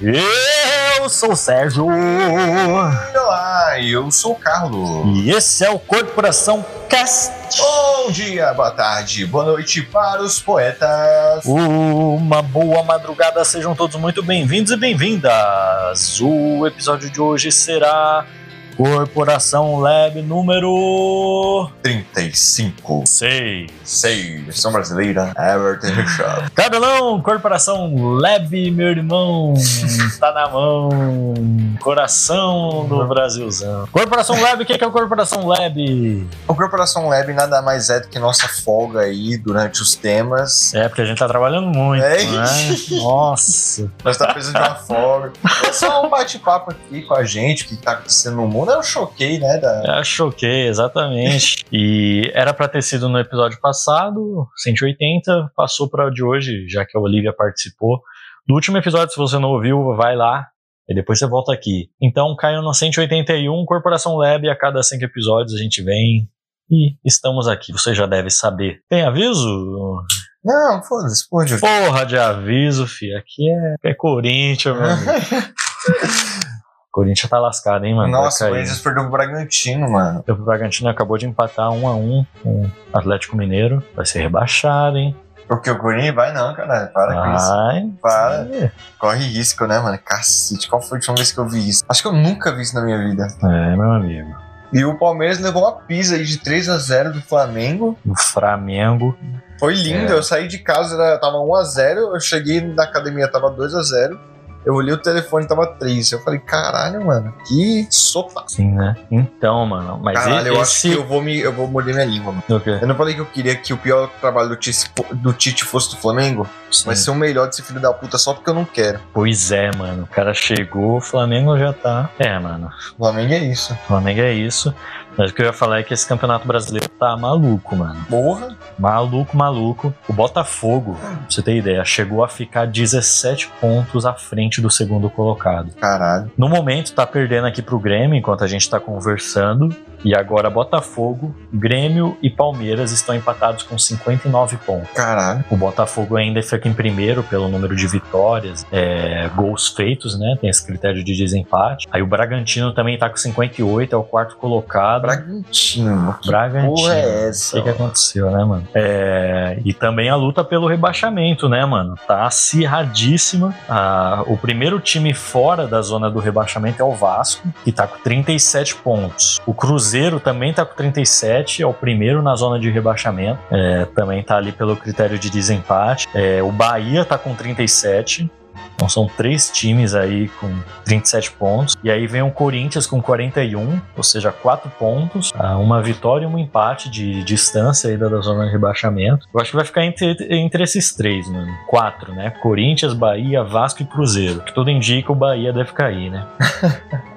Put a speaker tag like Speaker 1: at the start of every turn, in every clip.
Speaker 1: Eu sou o Sérgio.
Speaker 2: Olá, eu sou o Carlos.
Speaker 1: E esse é o Corporação Cast.
Speaker 2: Bom dia, boa tarde, boa noite para os poetas.
Speaker 1: Uma boa madrugada, sejam todos muito bem-vindos e bem-vindas. O episódio de hoje será Corporação Lab número
Speaker 2: 35.
Speaker 1: 6.
Speaker 2: Sei, versão brasileira, Everton Richard.
Speaker 1: Cabelão, Corporação Lab, meu irmão, tá na mão. Coração do Brasilzão. Corporação Lab, o que que é o Corporação Lab?
Speaker 2: O Corporação Lab nada mais é do que nossa folga aí durante os temas.
Speaker 1: É, porque a gente tá trabalhando muito,
Speaker 2: É.
Speaker 1: né? Nossa.
Speaker 2: Nós tá precisando de uma folga. É só um bate-papo aqui com a gente, o que tá acontecendo no mundo. Eu choquei, né? Da...
Speaker 1: Eu É, choquei, exatamente. E era pra ter sido no episódio passado, 180, passou pra de hoje, já que a Olivia participou. Do último episódio, se você não ouviu, vai lá e depois você volta aqui. Então caiu na 181, Corporação Lab, a cada 5 episódios a gente vem e estamos aqui, você já deve saber. Tem aviso?
Speaker 2: Não, foda-se, porra de
Speaker 1: Porra de aviso, fi. Aqui é, é Corinthians, meu amigo. Corinthians tá lascado, hein, mano? Vai
Speaker 2: Nossa, o
Speaker 1: cair.
Speaker 2: Corinthians perdeu pro Bragantino, mano.
Speaker 1: O Bragantino acabou de empatar 1 a 1 com o Atlético Mineiro. Vai ser rebaixado, hein?
Speaker 2: Porque o Corinthians vai não, cara. Para
Speaker 1: Ah,
Speaker 2: com isso.
Speaker 1: Vai.
Speaker 2: Para. Corre risco, né, mano? Cacete, qual foi a última vez que eu vi isso? Acho que eu nunca vi isso na minha vida.
Speaker 1: É, meu amigo.
Speaker 2: E o Palmeiras levou uma pisa aí de 3 a 0 do Flamengo.
Speaker 1: O Flamengo.
Speaker 2: Foi lindo,
Speaker 1: É.
Speaker 2: eu saí de casa, era- tava 1 a 0 eu cheguei na academia, tava 2 a 0 eu olhei o telefone, tava 3. Eu falei, caralho, mano, que sopa.
Speaker 1: Sim, né? Então, mano. Mas
Speaker 2: Caralho, eu acho
Speaker 1: esse.
Speaker 2: que eu vou, me, eu vou morder minha língua, mano.
Speaker 1: O quê?
Speaker 2: Eu não falei que eu queria que o pior trabalho do Tite, do Tite fosse do Flamengo? Vai
Speaker 1: Sim.
Speaker 2: ser o melhor desse filho da puta só porque eu não quero.
Speaker 1: Pois é, mano. O cara chegou, o Flamengo já tá. É, mano.
Speaker 2: O Flamengo é isso.
Speaker 1: O Flamengo é isso. Mas o que eu ia falar é que esse campeonato brasileiro tá maluco, mano.
Speaker 2: Porra.
Speaker 1: Maluco, maluco. O Botafogo, pra você ter ideia, chegou a ficar 17 pontos à frente do segundo colocado.
Speaker 2: Caralho.
Speaker 1: No momento tá perdendo aqui pro Grêmio enquanto a gente tá conversando. E agora Botafogo, Grêmio e Palmeiras estão empatados com 59 pontos.
Speaker 2: Caralho.
Speaker 1: O Botafogo ainda fica em primeiro pelo número de vitórias, é, gols feitos, né? Tem esse critério de desempate. Aí o Bragantino também tá com 58, é o quarto colocado.
Speaker 2: Bragantino, mano. Que
Speaker 1: Bragantino.
Speaker 2: porra
Speaker 1: o
Speaker 2: é
Speaker 1: que,
Speaker 2: essa?
Speaker 1: que aconteceu, né, mano? É, e também a luta pelo rebaixamento, né, mano? Tá acirradíssima. Ah, o primeiro time fora da zona do rebaixamento é o Vasco, que tá com 37 pontos. O Cruzeiro também tá com 37, é o primeiro na zona de rebaixamento. É, também tá ali pelo critério de desempate. É, o Bahia tá com 37. Então são três times aí com 37 pontos. E aí vem o Corinthians com 41, ou seja, 4 pontos. Ah, Uma vitória e um empate de distância aí da da zona de rebaixamento. Eu acho que vai ficar entre, entre esses três, mano. Quatro, né? Corinthians, Bahia, Vasco e Cruzeiro. Que tudo indica o Bahia deve cair, né?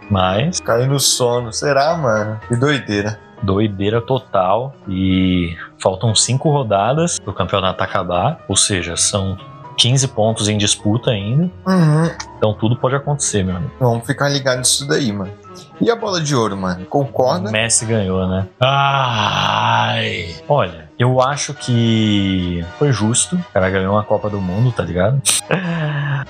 Speaker 1: Mas
Speaker 2: Caiu no sono. Será, mano? Que doideira.
Speaker 1: doideira total e faltam cinco rodadas pro campeonato acabar, ou seja, são 15 pontos em disputa ainda,
Speaker 2: Uhum.
Speaker 1: então tudo pode acontecer, meu amigo.
Speaker 2: Vamos ficar ligados nisso daí, mano. E a bola de ouro, mano? Concorda?
Speaker 1: O Messi ganhou, né? Ai! Olha, eu acho que foi justo, o cara ganhou uma Copa do Mundo, tá ligado?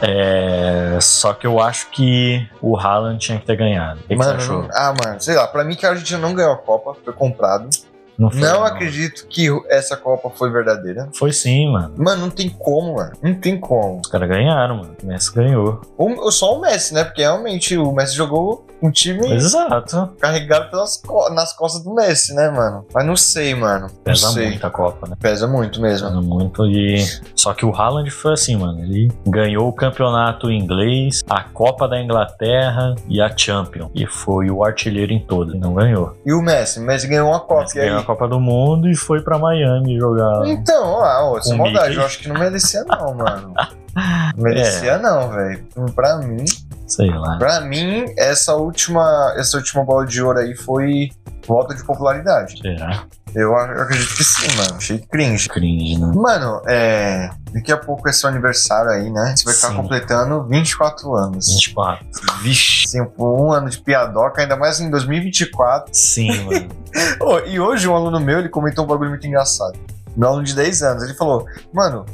Speaker 1: É, só que eu acho que o Haaland tinha que ter ganhado. O que, que você
Speaker 2: mano,
Speaker 1: achou?
Speaker 2: não- ah, mano, sei lá, pra mim que a Argentina não ganhou a Copa, foi comprado.
Speaker 1: Não, foi,
Speaker 2: não, acredito que essa Copa foi verdadeira.
Speaker 1: Foi sim, mano.
Speaker 2: Mano, não tem como, mano. Não tem como.
Speaker 1: Os caras ganharam, mano. O Messi ganhou.
Speaker 2: O- só o Messi, né? Porque realmente o Messi jogou um time
Speaker 1: Exato.
Speaker 2: carregado pelas co- nas costas do Messi, né, mano? Mas não sei, mano. Não
Speaker 1: Pesa
Speaker 2: sei.
Speaker 1: muito a Copa, né?
Speaker 2: Pesa muito mesmo.
Speaker 1: Pesa muito e. Só que o Haaland foi assim, mano. Ele ganhou o campeonato inglês, a Copa da Inglaterra e a Champions. E foi o artilheiro em todo. Ele não ganhou.
Speaker 2: E o Messi? O Messi ganhou uma Copa.
Speaker 1: Mas
Speaker 2: E aí?
Speaker 1: ganhou a Copa do Mundo e foi pra Miami jogar.
Speaker 2: Então, ó, lá, ó, essa
Speaker 1: Com
Speaker 2: maldade,
Speaker 1: Mickey.
Speaker 2: eu acho que não merecia não, mano. Não
Speaker 1: É.
Speaker 2: merecia não, velho. Pra mim,
Speaker 1: Sei lá.
Speaker 2: pra mim, essa última, essa última bola de ouro aí foi volta de popularidade.
Speaker 1: Será?
Speaker 2: Eu, a- eu acredito que sim, mano. Achei cringe.
Speaker 1: Cringe, né?
Speaker 2: Mano, é. Daqui a pouco é seu aniversário aí, né? Você vai estar
Speaker 1: Sim.
Speaker 2: completando 24 anos.
Speaker 1: 24.
Speaker 2: Vixe. Sim, por um ano de piadoca, ainda mais em 2024.
Speaker 1: Sim, mano.
Speaker 2: Ô, e hoje um aluno meu, ele comentou um bagulho muito engraçado. Meu aluno de 10 anos, ele falou, mano,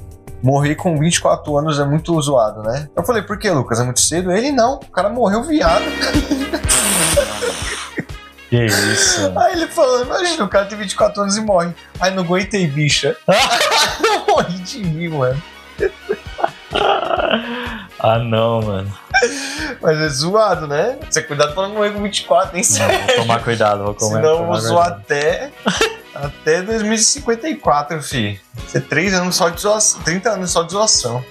Speaker 2: morrer com 24 anos é muito zoado, né? Eu falei, por que, Lucas? É muito cedo? Ele não, o cara morreu viado.
Speaker 1: Que isso. mano.
Speaker 2: Aí ele falou, imagina, o cara tem 24 anos e morre. Aí não aguentei, bicha. eu morri de mim, mano.
Speaker 1: Ah, não, mano.
Speaker 2: Mas é zoado, né? Você cuidado pra não morrer com 24, hein?
Speaker 1: Não, é vou tomar cuidado, vou comer.
Speaker 2: Senão eu
Speaker 1: tomar
Speaker 2: vou zoar
Speaker 1: cuidado.
Speaker 2: até, até 2054, fi. Você é 3 anos só de zoação, 30 anos só de zoação.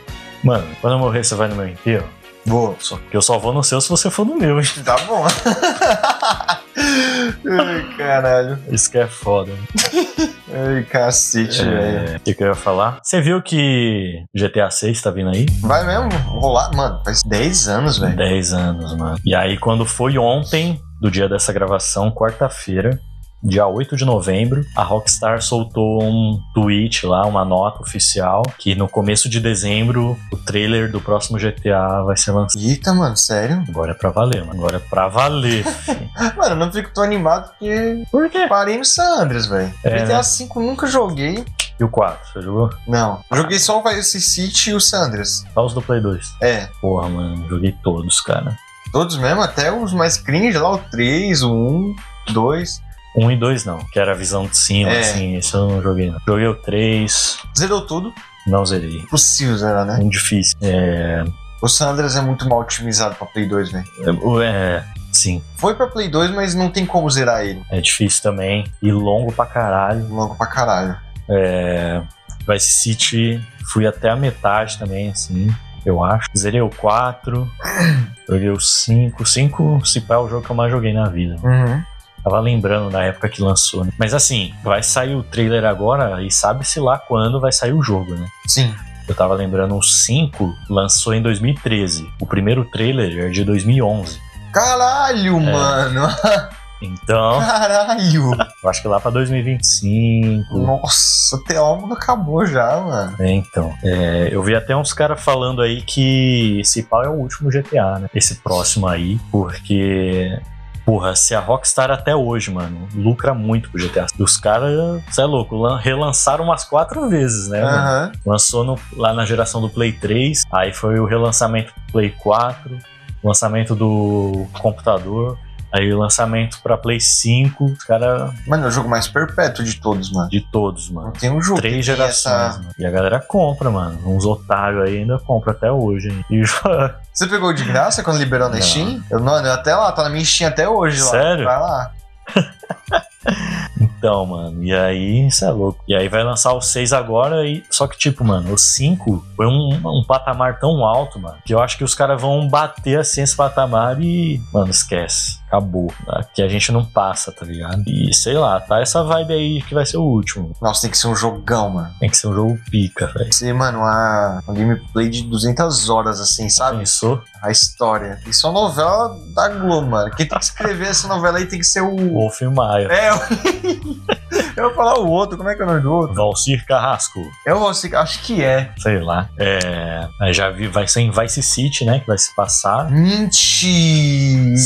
Speaker 1: Mano, quando eu morrer, você vai no meu enterro?
Speaker 2: Vou.
Speaker 1: Só que eu só vou no seu se você for no meu, hein?
Speaker 2: Tá bom. Ai, caralho.
Speaker 1: Isso que é foda. né?
Speaker 2: Ai, cacete, velho.
Speaker 1: É, O que que eu ia falar? Você viu que GTA 6 tá vindo aí?
Speaker 2: Vai mesmo rolar? Mano, faz 10 anos, velho.
Speaker 1: 10 anos, mano. E aí, quando foi ontem, do dia dessa gravação, quarta-feira, dia 8 de novembro, a Rockstar soltou um tweet lá, uma nota oficial, que no começo de dezembro o trailer do próximo GTA vai ser lançado.
Speaker 2: Eita, mano, sério?
Speaker 1: Agora é pra valer, mano. Agora é pra valer. fi.
Speaker 2: Mano, eu não fico tão animado porque
Speaker 1: Por quê?
Speaker 2: parei no San Andreas, velho.
Speaker 1: É,
Speaker 2: GTA V nunca joguei.
Speaker 1: E o 4, você jogou?
Speaker 2: Não. Joguei só o Vice City e o San Andreas.
Speaker 1: Só os do Play 2.
Speaker 2: É.
Speaker 1: Porra, mano, joguei todos, cara.
Speaker 2: Todos mesmo, até os mais cringe lá, o 3, o 1, 2.
Speaker 1: Um e dois não, que era a visão de cima,
Speaker 2: É.
Speaker 1: assim, isso eu não joguei. Não. Joguei o 3,
Speaker 2: Zerou tudo.
Speaker 1: não zerei.
Speaker 2: Possível zerar, né?
Speaker 1: Muito difícil. É,
Speaker 2: O San Andreas é muito mal otimizado pra Play 2, velho.
Speaker 1: o- é, sim,
Speaker 2: Foi pra Play 2, mas não tem como zerar ele.
Speaker 1: é difícil também. E longo pra caralho.
Speaker 2: Logo pra caralho.
Speaker 1: É, Vice City, fui até a metade também, assim, eu acho. Zerei o 4, joguei o 5. 5, se pá, é o jogo que eu mais joguei na vida.
Speaker 2: Uhum.
Speaker 1: Tava lembrando da época que lançou, né? Mas assim, vai sair o trailer agora e sabe-se lá quando vai sair o jogo, né?
Speaker 2: Sim.
Speaker 1: Eu tava lembrando, o 5 lançou em 2013. O primeiro trailer é de 2011. É.
Speaker 2: Caralho, mano.
Speaker 1: Então,
Speaker 2: Caralho.
Speaker 1: eu acho que lá pra 2025.
Speaker 2: Nossa, até o mundo acabou já, mano.
Speaker 1: É, então. É, eu vi até uns caras falando aí que esse pau é o último GTA, né? Esse próximo aí, porque. Porra, se a Rockstar até hoje, mano, lucra muito pro GTA. Os caras, cê é louco, lan- relançaram umas quatro vezes, né? mano?
Speaker 2: Aham.
Speaker 1: Lançou no- lá na geração do Play 3, aí foi o relançamento do Play 4, lançamento do computador, aí o lançamento pra Play 5, os cara
Speaker 2: Mano, é o jogo mais perpétuo de todos, mano.
Speaker 1: de todos,
Speaker 2: Não
Speaker 1: mano.
Speaker 2: tem um jogo.
Speaker 1: Três
Speaker 2: que tem
Speaker 1: gerações,
Speaker 2: essa-
Speaker 1: mano. E a galera compra, mano. Uns otários aí ainda compra até hoje, hein? E joga.
Speaker 2: Você pegou de graça quando liberou na
Speaker 1: Não.
Speaker 2: Steam? Eu, mano, eu até lá, tá na minha Steam até hoje lá.
Speaker 1: Sério?
Speaker 2: Vai lá.
Speaker 1: Então, mano, e aí, isso é louco. E aí vai lançar o 6 agora, e... só que, tipo, mano, o 5 foi um, um patamar tão alto, mano, que eu acho que os caras vão bater assim esse patamar e, mano, esquece. Acabou. Aqui a gente não passa, tá ligado? E sei lá, tá essa vibe aí que vai ser o último.
Speaker 2: Nossa, tem que ser um jogão, mano.
Speaker 1: Tem que ser um jogo pica, velho.
Speaker 2: Tem que ser, mano, uma, uma gameplay de 200 horas, assim, sabe?
Speaker 1: Pensou?
Speaker 2: A história. Isso é uma novela da Globo, mano. Quem tem que escrever essa novela aí tem que ser o.
Speaker 1: Wolf Maia.
Speaker 2: É, eu... eu vou falar o outro, como é que é o nome do outro?
Speaker 1: Valcir Carrasco,
Speaker 2: Eu vou se- acho que é.
Speaker 1: sei lá. É. aí Já vi, vai ser em Vice City, né? Que vai se passar.
Speaker 2: Mentira!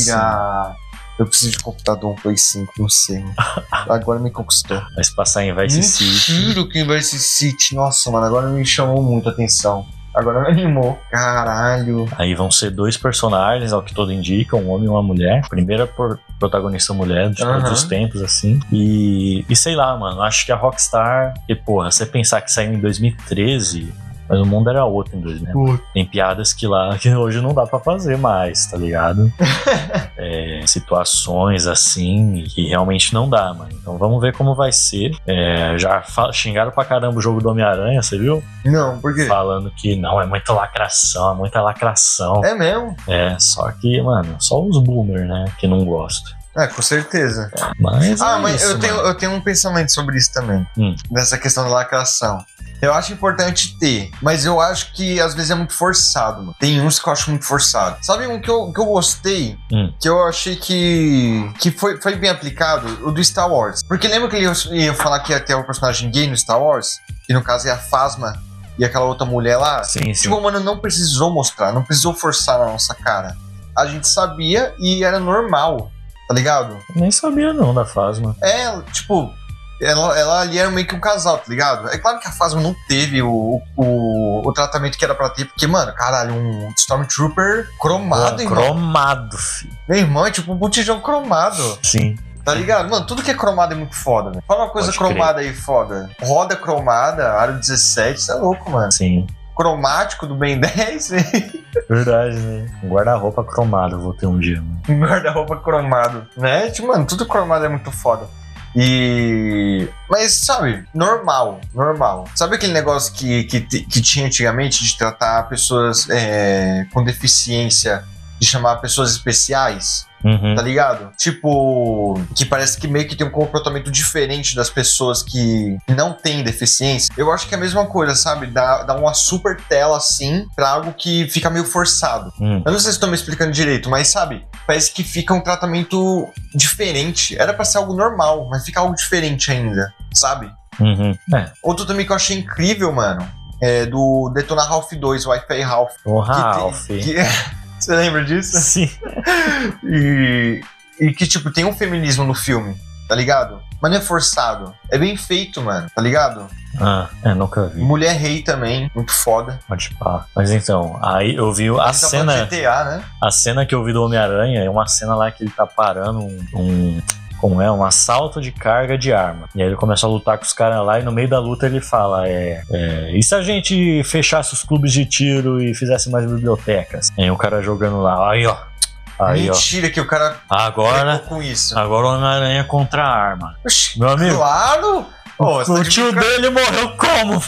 Speaker 1: Sim.
Speaker 2: Eu preciso de computador, um Play 5, não sei. mano. Agora me conquistou.
Speaker 1: Vai se passar em Vice City.
Speaker 2: Mentira que Vice City. Nossa, mano, agora me chamou muito a atenção. Agora me animou. Caralho.
Speaker 1: Aí vão ser dois personagens, ao que todo indica, um homem e uma mulher. Primeira por- protagonista mulher de
Speaker 2: Aham.
Speaker 1: todos os tempos, assim. E, e sei lá, mano, acho que a Rockstar. E porra, você pensar que saiu em 2013. Mas o mundo era outro em 2000.
Speaker 2: Puta.
Speaker 1: Tem piadas que lá que hoje não dá pra fazer mais, tá ligado? É, situações assim que realmente não dá, mano. Então vamos ver como vai ser. É, já fa- xingaram pra caramba o jogo do Homem-Aranha, você viu?
Speaker 2: Não, por quê?
Speaker 1: Falando que não, é muita lacração, é muita lacração.
Speaker 2: É mesmo?
Speaker 1: É, só que, mano, só os boomer, né? Que não gostam.
Speaker 2: É, com certeza.
Speaker 1: Mas.
Speaker 2: Ah,
Speaker 1: é
Speaker 2: mas
Speaker 1: isso,
Speaker 2: eu, tenho,
Speaker 1: mano.
Speaker 2: eu tenho um pensamento sobre isso também.
Speaker 1: Hum.
Speaker 2: Nessa questão da lacração. Eu acho importante ter, mas eu acho que às vezes é muito forçado, mano. Tem uns que eu acho muito forçado. Sabe um que eu, que eu gostei?
Speaker 1: Hum.
Speaker 2: Que eu achei que, que foi, foi bem aplicado? O do Star Wars. Porque lembra que ele ia, ia falar que ia ter o personagem gay no Star Wars? Que no caso é a Phasma e aquela outra mulher lá?
Speaker 1: Sim, sim.
Speaker 2: Tipo, mano, não precisou mostrar, não precisou forçar na nossa cara. A gente sabia e era normal, tá ligado?
Speaker 1: Nem sabia, não, da Fasma.
Speaker 2: É, tipo, Ela, ela ali era meio que um casal, tá ligado? É claro que a Fasma não teve o, o, o tratamento que era pra ter, porque, mano, caralho, um Stormtrooper cromado,
Speaker 1: Bom,
Speaker 2: irmão.
Speaker 1: cromado, filho.
Speaker 2: Meu irmão é tipo um botijão cromado.
Speaker 1: Sim.
Speaker 2: Tá ligado? Mano, tudo que é cromado é muito foda, velho. Fala uma coisa
Speaker 1: Pode
Speaker 2: cromada aí, foda. Roda cromada, aro 17, isso é louco, mano.
Speaker 1: Sim.
Speaker 2: Cromático do Ben 10, velho.
Speaker 1: Verdade, né? Um guarda-roupa cromado eu vou ter um dia, mano.
Speaker 2: Um guarda-roupa cromado, né? Tipo, mano, tudo cromado é muito foda. E. Mas, sabe, normal, normal. Sabe aquele negócio que, que, te- que tinha antigamente de tratar pessoas é, com deficiência, de chamar pessoas especiais?
Speaker 1: Uhum.
Speaker 2: tá ligado? Tipo, que parece que meio que tem um comportamento diferente das pessoas que não têm deficiência. Eu acho que é a mesma coisa, sabe? Dá, dá uma super tela assim pra algo que fica meio forçado.
Speaker 1: Hum.
Speaker 2: Eu não sei se estou me explicando direito, mas sabe? Parece que fica um tratamento diferente. Era pra ser algo normal, mas fica algo diferente ainda, sabe?
Speaker 1: Uhum. É.
Speaker 2: Outro também que eu achei incrível, mano, é do Detona Ralph 2, Wi-Fi Ralph.
Speaker 1: O
Speaker 2: Que tem-
Speaker 1: Ah, Ralph.
Speaker 2: que- Você lembra disso?
Speaker 1: Sim.
Speaker 2: E, e que, tipo, tem um feminismo no filme, tá ligado? Mas não é forçado. É bem feito, mano, tá ligado?
Speaker 1: Ah, é, nunca vi.
Speaker 2: Mulher rei também, muito foda.
Speaker 1: Pode pá. Mas então, aí eu vi a
Speaker 2: gente tá falando
Speaker 1: cena.
Speaker 2: de GTA, né?
Speaker 1: A cena que eu vi do Homem-Aranha é uma cena lá que ele tá parando um. um- como é? Um assalto de carga de arma. E aí ele começa a lutar com os caras lá e no meio da luta ele fala: é, é, E se a gente fechasse os clubes de tiro e fizesse mais bibliotecas? E aí o cara jogando lá, aí ó. Aí ó. Ah.
Speaker 2: Mentira que o cara
Speaker 1: Agora.
Speaker 2: ficou com isso.
Speaker 1: Agora o Homem-Aranha contra a arma.
Speaker 2: Oxi,
Speaker 1: Meu amigo.
Speaker 2: claro! Ô, você tá
Speaker 1: o
Speaker 2: de
Speaker 1: tio
Speaker 2: brinca-
Speaker 1: dele morreu como?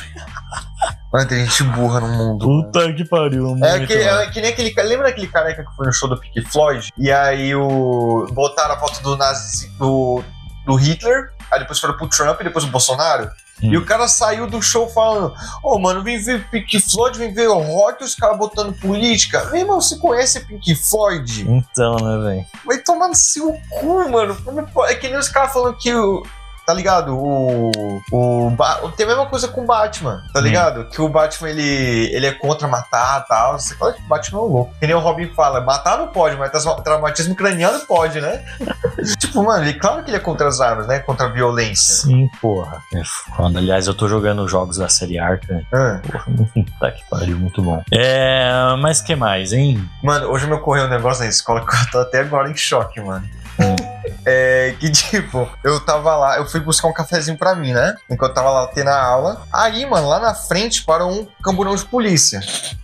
Speaker 2: Mano, tem gente burra no mundo.
Speaker 1: Puta que pariu,
Speaker 2: É,
Speaker 1: muito
Speaker 2: que,
Speaker 1: mal.
Speaker 2: é que nem aquele cara. Lembra aquele careca que foi no show do Pink Floyd? E aí o. botaram a foto do nazi do, do Hitler, aí depois foram pro Trump e depois o Bolsonaro.
Speaker 1: Hum.
Speaker 2: E o cara saiu do show falando: Ô, mano, vem ver Pink Floyd, vem ver o rock, os caras botando política. Meu irmão, você conhece Pink Floyd?
Speaker 1: Então, né, velho?
Speaker 2: Vai tomar no seu cu, mano. É que nem os caras falando que o. Tá ligado? O. O. Ba- Tem a mesma coisa com o Batman, tá
Speaker 1: Hum.
Speaker 2: ligado? Que o Batman ele, ele é contra matar e tal. Você fala que o Batman é um louco. Que nem o Robin fala: matar não pode, mas tra- traumatismo craniano pode, né? tipo, mano, ele, claro que ele é contra as armas, né? Contra a violência.
Speaker 1: Sim, porra. É foda. Aliás, eu tô jogando jogos da série Arkham.
Speaker 2: Ah.
Speaker 1: Tá que pariu, muito bom. É, mas que mais, hein?
Speaker 2: Mano, hoje me ocorreu um negócio na escola que eu tô até agora em choque, mano.
Speaker 1: Hum.
Speaker 2: É que tipo, eu tava lá, eu fui buscar um cafezinho pra mim, né? Enquanto eu tava lá tendo a aula. Aí, mano, lá na frente parou um camburão de polícia.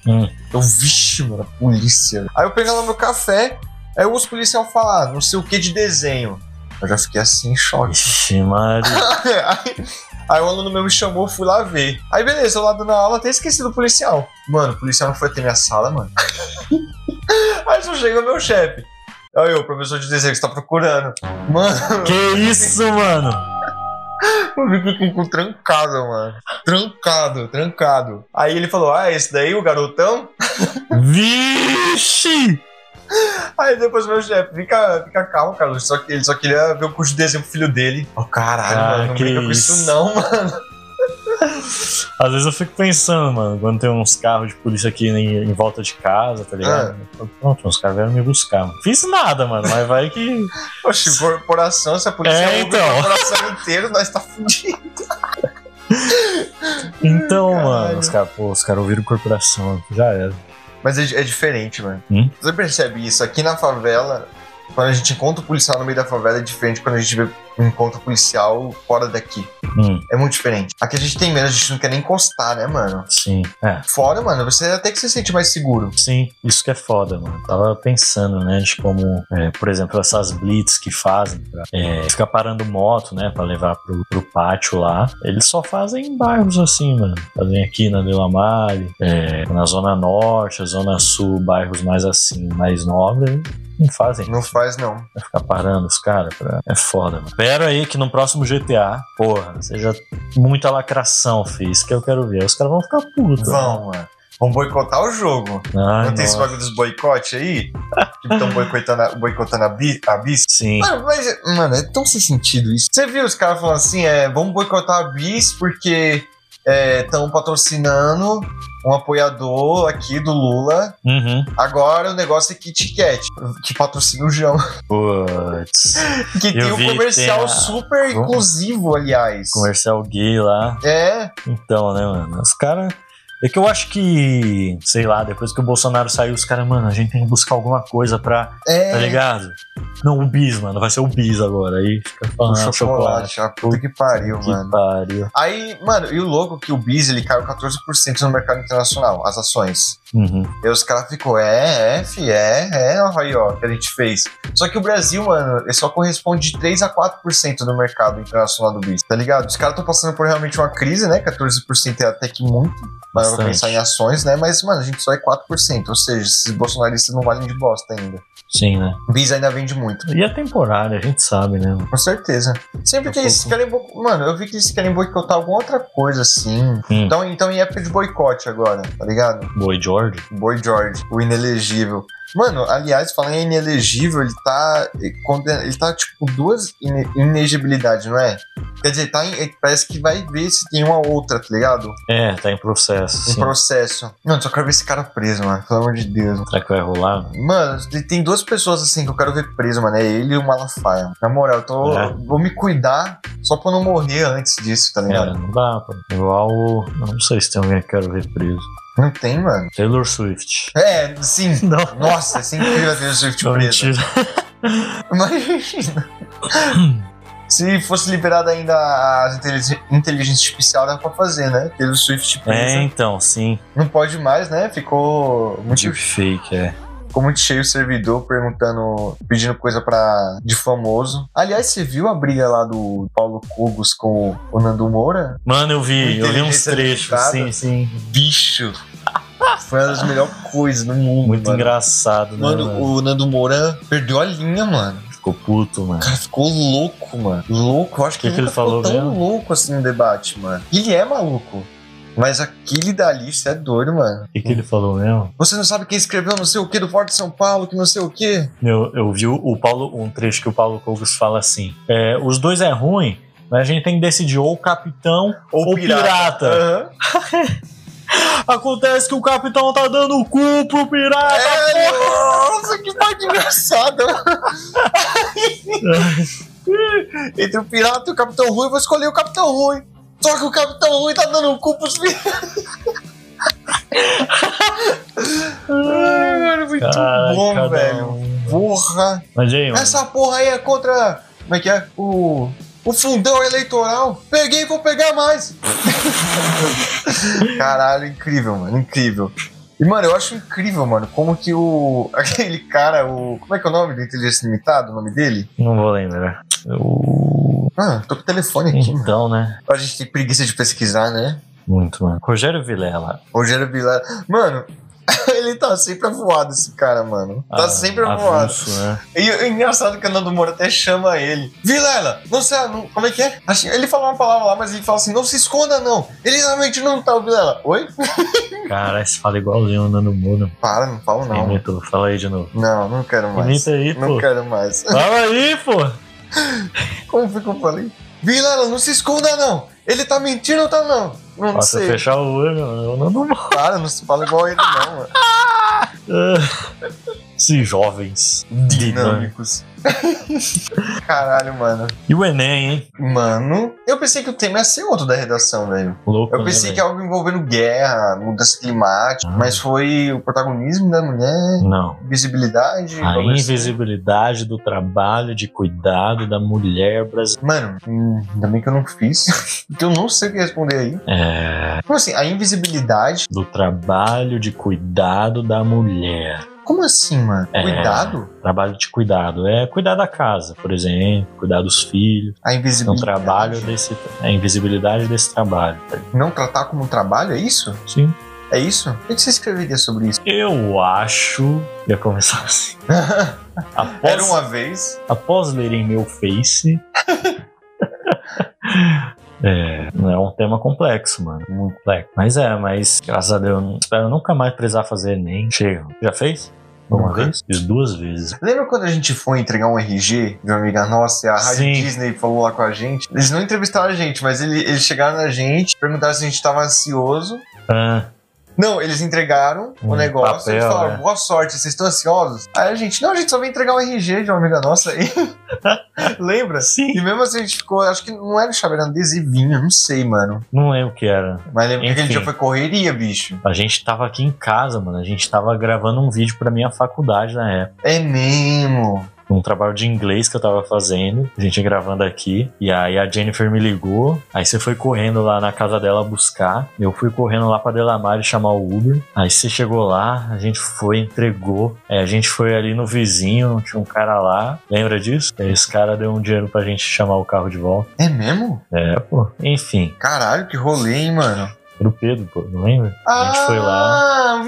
Speaker 1: Hum.
Speaker 2: Eu, vixe, mano, polícia. Aí eu peguei lá meu café, aí os policiais falaram, não sei o que de desenho. Eu já fiquei assim em choque.
Speaker 1: Ixi, Maria.
Speaker 2: É, aí, aí o aluno meu me chamou, fui lá ver. Aí beleza, eu lá dando a aula, até esqueci do policial. Mano, o policial não foi até minha sala, mano. aí só chega o meu chefe. Aí eu, professor de desenho que você tá procurando. Mano,
Speaker 1: Que isso, mano?
Speaker 2: eu fiquei com o cu trancado, mano. Trancado, trancado. Aí ele falou, ah, esse daí, o garotão?
Speaker 1: Vixe!
Speaker 2: Aí depois meu chefe, fica, fica calmo, Carlos. Só que ele só queria ver o curso de desenho pro filho dele. Ó, caralho,
Speaker 1: Ah,
Speaker 2: mano, não
Speaker 1: que
Speaker 2: brinca com isso
Speaker 1: isso.
Speaker 2: não, mano.
Speaker 1: Às vezes eu fico pensando, mano, quando tem uns carros de polícia aqui em, em volta de casa, tá ligado? Pronto, os caras vieram me buscar. mano. Fiz nada, mano, mas vai que.
Speaker 2: Oxi, corporação, se a polícia
Speaker 1: É,
Speaker 2: é,
Speaker 1: então.
Speaker 2: o coração inteiro, nós tá fudido.
Speaker 1: Então,
Speaker 2: Caralho.
Speaker 1: mano, os caras, pô, os caras ouviram corporação, já era.
Speaker 2: Mas é, é diferente, mano.
Speaker 1: Hum?
Speaker 2: Você percebe isso? Aqui na favela, quando a gente encontra o policial no meio da favela, é diferente quando a gente vê- encontra o policial fora daqui.
Speaker 1: Hum,
Speaker 2: É muito diferente. Aqui a gente tem medo, a gente não quer nem encostar, né, mano?
Speaker 1: sim. É.
Speaker 2: Fora, mano, você até que se sente mais seguro.
Speaker 1: Sim, isso que é foda, mano. Tava pensando, né, de como, é, por exemplo, essas blitz que fazem pra é, ficar parando moto, né, pra levar pro, pro pátio lá, eles só fazem em bairros assim, mano. Fazem aqui na Vila Mari, é, na Zona Norte, a Zona Sul, bairros mais assim, mais nobres, não fazem.
Speaker 2: Não faz, não.
Speaker 1: Vai ficar parando os caras pra... É foda, mano. Pera aí que no próximo GTA, porra, seja muita lacração, fi. Isso que eu quero ver. Os caras vão ficar putos. né?
Speaker 2: Vão, mano. Vão boicotar o jogo.
Speaker 1: Ai,
Speaker 2: não tem esse
Speaker 1: nossa.
Speaker 2: bagulho dos boicote aí? Que estão boicotando, a- boicotando a, bi, a bis?
Speaker 1: Sim.
Speaker 2: Mano, mas, mano, é tão sem sentido isso. Você viu os caras falando assim, é, vamos boicotar a bis porque estão patrocinando um apoiador aqui do Lula.
Speaker 1: Uhum.
Speaker 2: Agora o negócio é Kit Kat, que patrocina o João.
Speaker 1: Putz.
Speaker 2: Que tem um
Speaker 1: vi que
Speaker 2: comercial
Speaker 1: tem a-
Speaker 2: super inclusivo, aliás.
Speaker 1: Comercial gay lá.
Speaker 2: É,
Speaker 1: Então, né, mano? Os caras. É que eu acho que, sei lá, depois que o Bolsonaro saiu, os caras, mano, a gente tem que buscar alguma coisa pra.
Speaker 2: é.
Speaker 1: Tá ligado? Não, o bis, mano, vai ser o bis agora. Aí fica
Speaker 2: O
Speaker 1: falando
Speaker 2: chocolate,
Speaker 1: chocolate.
Speaker 2: a puta que pariu,
Speaker 1: Que
Speaker 2: mano.
Speaker 1: pariu.
Speaker 2: Aí, mano, e o louco que o Biz ele caiu 14% no mercado internacional, as ações.
Speaker 1: Uhum.
Speaker 2: E os caras ficou, é, é, fi, é, é, ó, aí, ó, que a gente fez. Só que o Brasil, mano, ele só corresponde de 3 a 4% do mercado internacional do bis, tá ligado? Os caras estão passando por realmente uma crise, né? 14% é até que muito, mas eu vou
Speaker 1: Bastante.
Speaker 2: pensar em ações, né? Mas, mano, a gente só é 4%, ou seja, esses bolsonaristas não valem de bosta ainda.
Speaker 1: Sim, né?
Speaker 2: O bis ainda vende muito.
Speaker 1: E é temporário, a gente sabe, né? mano?
Speaker 2: Com certeza. Sempre que eles querem. bo- Mano, eu vi que eles querem boicotar alguma outra coisa assim.
Speaker 1: Hum.
Speaker 2: Então, então em época de boicote agora, tá ligado?
Speaker 1: Boy George.
Speaker 2: Boy George, o inelegível. Mano, aliás, falando em inelegível, ele tá. conden- Ele tá, tipo, com duas ine- inegibilidades, não é? Quer dizer, tá em- ele parece que vai ver se tem uma outra, tá ligado?
Speaker 1: É, tá em processo.
Speaker 2: Um
Speaker 1: Sim.
Speaker 2: processo. Mano, só quero ver esse cara preso, mano. Pelo amor de Deus.
Speaker 1: Será que vai rolar?
Speaker 2: Mano, tem- tem duas pessoas assim que eu quero ver preso, mano. É ele e o Malafaia. Na moral, eu tô.
Speaker 1: É.
Speaker 2: Vou me cuidar só pra eu não morrer antes disso, tá ligado?
Speaker 1: Cara, não dá, pô. Igual. o- Não sei se tem alguém que eu quero ver preso.
Speaker 2: Não tem, mano.
Speaker 1: Taylor Swift.
Speaker 2: É, sim.
Speaker 1: É. Não.
Speaker 2: Nossa, é sempre incrível ter o Swift
Speaker 1: Não,
Speaker 2: preso.
Speaker 1: mentira.
Speaker 2: Imagina. Se fosse liberada ainda a intelig- inteligência artificial, dá pra fazer, né? Pelo Swift
Speaker 1: É,
Speaker 2: presa.
Speaker 1: então, sim.
Speaker 2: Não pode mais, né? Ficou muito,
Speaker 1: Deepfake, é.
Speaker 2: ficou muito cheio o servidor perguntando, pedindo coisa pra, de famoso. Aliás, você viu a briga lá do Paulo Cogos com o Nando Moura?
Speaker 1: Mano, eu vi, eu vi uns
Speaker 2: Inteligência assim.
Speaker 1: trechos, assim, sim,
Speaker 2: limitada.
Speaker 1: sim.
Speaker 2: Bicho! Foi uma das melhores coisas do mundo,
Speaker 1: Muito
Speaker 2: mano.
Speaker 1: engraçado, né?
Speaker 2: Mano,
Speaker 1: mano?
Speaker 2: o Nando Moura perdeu a linha, mano.
Speaker 1: Ficou puto,
Speaker 2: O
Speaker 1: mano.
Speaker 2: cara ficou louco, mano. Louco. Eu acho que,
Speaker 1: Que que ele
Speaker 2: nunca ficou
Speaker 1: falou
Speaker 2: tão
Speaker 1: mesmo?
Speaker 2: louco assim no debate, mano. Ele é maluco. Mas aquele dali, você é doido, mano.
Speaker 1: O que, que ele falou mesmo?
Speaker 2: Você não sabe quem escreveu não sei o que do Porto de São Paulo, que não sei o que.
Speaker 1: Eu, eu vi o- o Paulo, um trecho que o Paulo Cogos fala assim: é, os dois é ruim, mas a gente tem que decidir ou o capitão ou, o pirata.
Speaker 2: Aham.
Speaker 1: Acontece que o capitão tá dando cu pro pirata.
Speaker 2: É, nossa, que parte engraçada. Entre o pirata e o Capitão Ruim, eu vou escolher o Capitão Ruim. Só que o Capitão Ruim tá dando um cu pros piratas. Ai, mano, É muito
Speaker 1: Caralho, cada
Speaker 2: bom,
Speaker 1: um.
Speaker 2: velho. Porra.
Speaker 1: Mas e aí, mano?
Speaker 2: Essa porra aí é contra. Como é que é? O. O fundão eleitoral. Peguei, vou pegar mais. Caralho, incrível, mano. Incrível. E, mano, eu acho incrível, mano, como que o. Aquele cara, o. Como é que é o nome do Inteligência Limitada? O nome dele?
Speaker 1: Não vou lembrar. Eu-
Speaker 2: Ah, tô com o telefone aqui, mano.
Speaker 1: Então, né?
Speaker 2: A gente tem preguiça de pesquisar, né?
Speaker 1: Muito, mano. Rogério Vilela.
Speaker 2: Rogério Vilar. Mano, ele tá sempre avoado, esse cara, mano. Tá
Speaker 1: Ah,
Speaker 2: sempre avoado.
Speaker 1: avulso, né?
Speaker 2: E e engraçado que o Nando Moura até chama ele. Vilela, não sei, não- como é que é? Acho- Ele fala uma palavra lá, mas ele fala assim, não se esconda não. Ele realmente não tá, o Vilela. Oi?
Speaker 1: Cara, você fala igualzinho o Nando Moura.
Speaker 2: Para, não falo não.
Speaker 1: Imitou. Fala aí de novo.
Speaker 2: Não, não quero mais.
Speaker 1: Imita tá aí,
Speaker 2: Não
Speaker 1: pô.
Speaker 2: quero mais.
Speaker 1: Fala aí, pô.
Speaker 2: Como foi que eu falei? Vilela, não se esconda não. Ele tá mentindo ou tá não? Não
Speaker 1: Ó, se eu
Speaker 2: sei.
Speaker 1: fechar o olho, mano, eu não, não
Speaker 2: Para, não se fala igual ele não, mano.
Speaker 1: Ah. Esses jovens dinâmicos.
Speaker 2: Dinâmicos. Caralho, mano.
Speaker 1: E o Enem, hein?
Speaker 2: Mano, eu pensei que o tema ia ser outro da redação, velho.
Speaker 1: Louco,
Speaker 2: Eu pensei
Speaker 1: né,
Speaker 2: que algo envolvendo guerra, mudança climática,
Speaker 1: Ah.
Speaker 2: mas foi o protagonismo da mulher,
Speaker 1: velho? Não.
Speaker 2: visibilidade.
Speaker 1: A
Speaker 2: talvez-
Speaker 1: invisibilidade do trabalho de cuidado da mulher brasileira.
Speaker 2: Mano, hum, ainda bem que eu não fiz, porque eu não sei o que responder aí.
Speaker 1: É,
Speaker 2: Como assim, a invisibilidade?
Speaker 1: do trabalho de cuidado da mulher.
Speaker 2: Como assim, mano?
Speaker 1: É.
Speaker 2: Cuidado?
Speaker 1: Trabalho de cuidado é cuidar da casa, por exemplo, cuidar dos filhos.
Speaker 2: A
Speaker 1: É um
Speaker 2: invisibilidade.
Speaker 1: trabalho desse. É a invisibilidade desse trabalho.
Speaker 2: Não tratar como um trabalho, é isso?
Speaker 1: Sim.
Speaker 2: É isso? O que você escreveria sobre isso?
Speaker 1: Eu acho. Ia começar assim. Após
Speaker 2: Era um uma vez.
Speaker 1: após lerem meu Face. É, não é um tema complexo, mano. Muito complexo. Mas é, mas graças a Deus, eu não- espero nunca mais precisar fazer Enem. Chega. Já fez? Uma
Speaker 2: Nunca.
Speaker 1: vez? Fiz duas vezes.
Speaker 2: Lembra quando a gente foi entregar um RG de uma amiga nossa e a Rádio
Speaker 1: Sim.
Speaker 2: Disney falou lá com a gente? Eles não entrevistaram a gente, mas ele- eles chegaram na gente, perguntaram se a gente tava ansioso.
Speaker 1: Ah,
Speaker 2: Não, eles entregaram o
Speaker 1: Um
Speaker 2: negócio e
Speaker 1: papel,
Speaker 2: falaram,
Speaker 1: né?
Speaker 2: boa sorte, vocês estão ansiosos? Aí a gente, não, a gente só veio entregar um RG de uma amiga nossa aí. Lembra? E
Speaker 1: sim.
Speaker 2: mesmo assim a gente ficou, acho que não era chave, era um adesivinho, não sei, mano.
Speaker 1: Não lembro o que era.
Speaker 2: Mas lembra que aquele
Speaker 1: Enfim.
Speaker 2: dia foi correria, bicho.
Speaker 1: A gente tava aqui em casa, mano. A gente tava gravando um vídeo pra minha faculdade na época.
Speaker 2: É mesmo.
Speaker 1: um trabalho de inglês que eu tava fazendo, a gente gravando aqui, e aí a Jennifer me ligou, aí você foi correndo lá na casa dela buscar, eu fui correndo lá pra Delamare chamar o Uber, aí você chegou lá, a gente foi, entregou, aí a gente foi ali no vizinho, tinha um cara lá, lembra disso? Esse cara deu um dinheiro pra gente chamar o carro de volta.
Speaker 2: É mesmo?
Speaker 1: É, pô, enfim,
Speaker 2: Caralho, que rolê, hein, mano.
Speaker 1: pro Pedro, pô, não lembra? A gente foi lá,
Speaker 2: Ah, um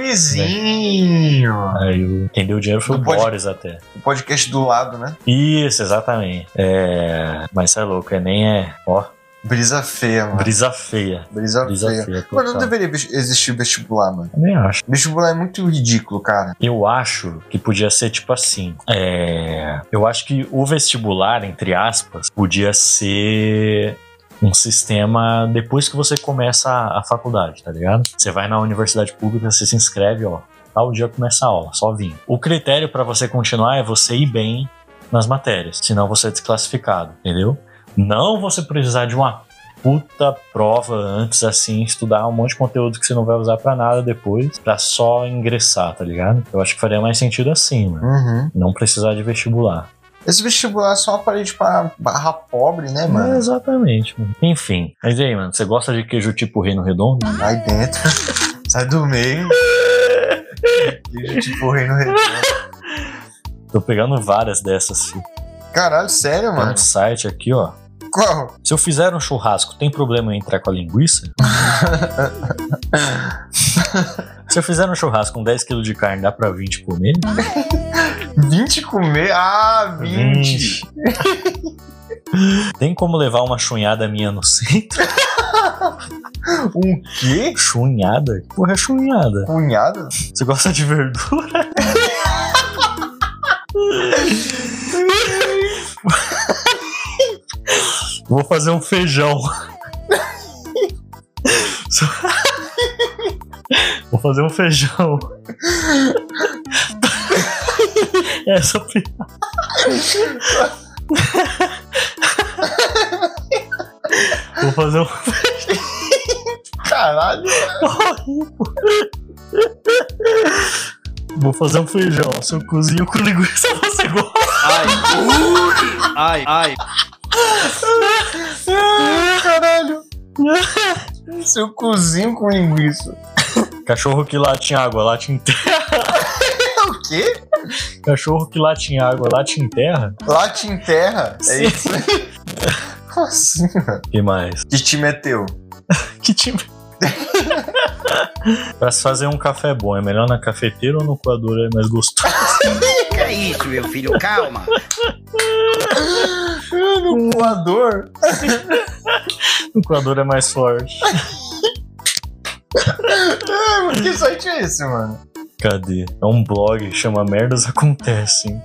Speaker 2: vizinho.
Speaker 1: aí o- quem deu o dinheiro foi o
Speaker 2: Não pode-
Speaker 1: Boris até.
Speaker 2: O podcast do lado, né?
Speaker 1: Isso, exatamente. É, mas você é louco, é nem é, ó,
Speaker 2: Brisa feia, mano.
Speaker 1: brisa feia.
Speaker 2: Brisa, feia.
Speaker 1: Desafio.
Speaker 2: Mano, não
Speaker 1: total.
Speaker 2: deveria vesti- existir vestibular, mano.
Speaker 1: Também acho.
Speaker 2: Vestibular é muito ridículo, cara.
Speaker 1: Eu acho que podia ser tipo assim. é, Eu acho que o vestibular, entre aspas, podia ser um sistema depois que você começa a, a faculdade, tá ligado? Você vai na universidade pública, você se inscreve, ó. Tal dia começa a aula, só vim. O critério pra você continuar é você ir bem nas matérias, senão você é desclassificado, entendeu? Não você precisar de uma puta prova antes, assim, estudar um monte de conteúdo que você não vai usar pra nada depois, pra só ingressar, tá ligado? Eu acho que faria mais sentido assim, mano.
Speaker 2: Uhum.
Speaker 1: Não precisar de vestibular.
Speaker 2: Esse vestibular é só uma parede pra barra pobre, né,
Speaker 1: É,
Speaker 2: mano?
Speaker 1: exatamente, mano. Enfim. Mas e aí, mano, você gosta de queijo tipo reino redondo?
Speaker 2: Vai dentro. Sai do meio. Deixa tipo o reino redondo.
Speaker 1: Tô pegando várias dessas, filho.
Speaker 2: Caralho, sério,
Speaker 1: Tem
Speaker 2: mano?
Speaker 1: um site aqui, ó.
Speaker 2: Qual?
Speaker 1: Se eu fizer um churrasco, tem problema eu entrar com a linguiça? Se eu fizer um churrasco com 10kg de carne, dá pra 20 comer?
Speaker 2: 20 comer? Ah, 20.
Speaker 1: Tem como levar uma chunhada minha no centro?
Speaker 2: Um quê?
Speaker 1: chunhada? Que Porra, é chunhada.
Speaker 2: Cunhado?
Speaker 1: Você gosta de verdura? Vou fazer um feijão. Vou fazer um feijão. Essa pi- Vou fazer um
Speaker 2: Caralho.
Speaker 1: Vou fazer um feijão. Se eu cozinho com linguiça, você gosta?
Speaker 3: Ai, ai,
Speaker 2: Caralho. Seu cozinho com linguiça.
Speaker 1: Cachorro que late em água, late em terra.
Speaker 2: É o quê?
Speaker 1: Cachorro que late em água, late em terra?
Speaker 2: Late em terra? É
Speaker 1: Sim.
Speaker 2: isso? Como assim, mano?
Speaker 1: que mais?
Speaker 2: Que time é teu?
Speaker 1: Que tipo? time. pra se fazer um café bom, é melhor na cafeteira ou no coador é mais gostoso?
Speaker 3: que é isso, meu filho? Calma.
Speaker 2: Ah, No coador?
Speaker 1: No coador é mais forte.
Speaker 2: Ah, mas que site é esse, mano?
Speaker 1: Cadê? É um blog que chama Merdas Acontecem.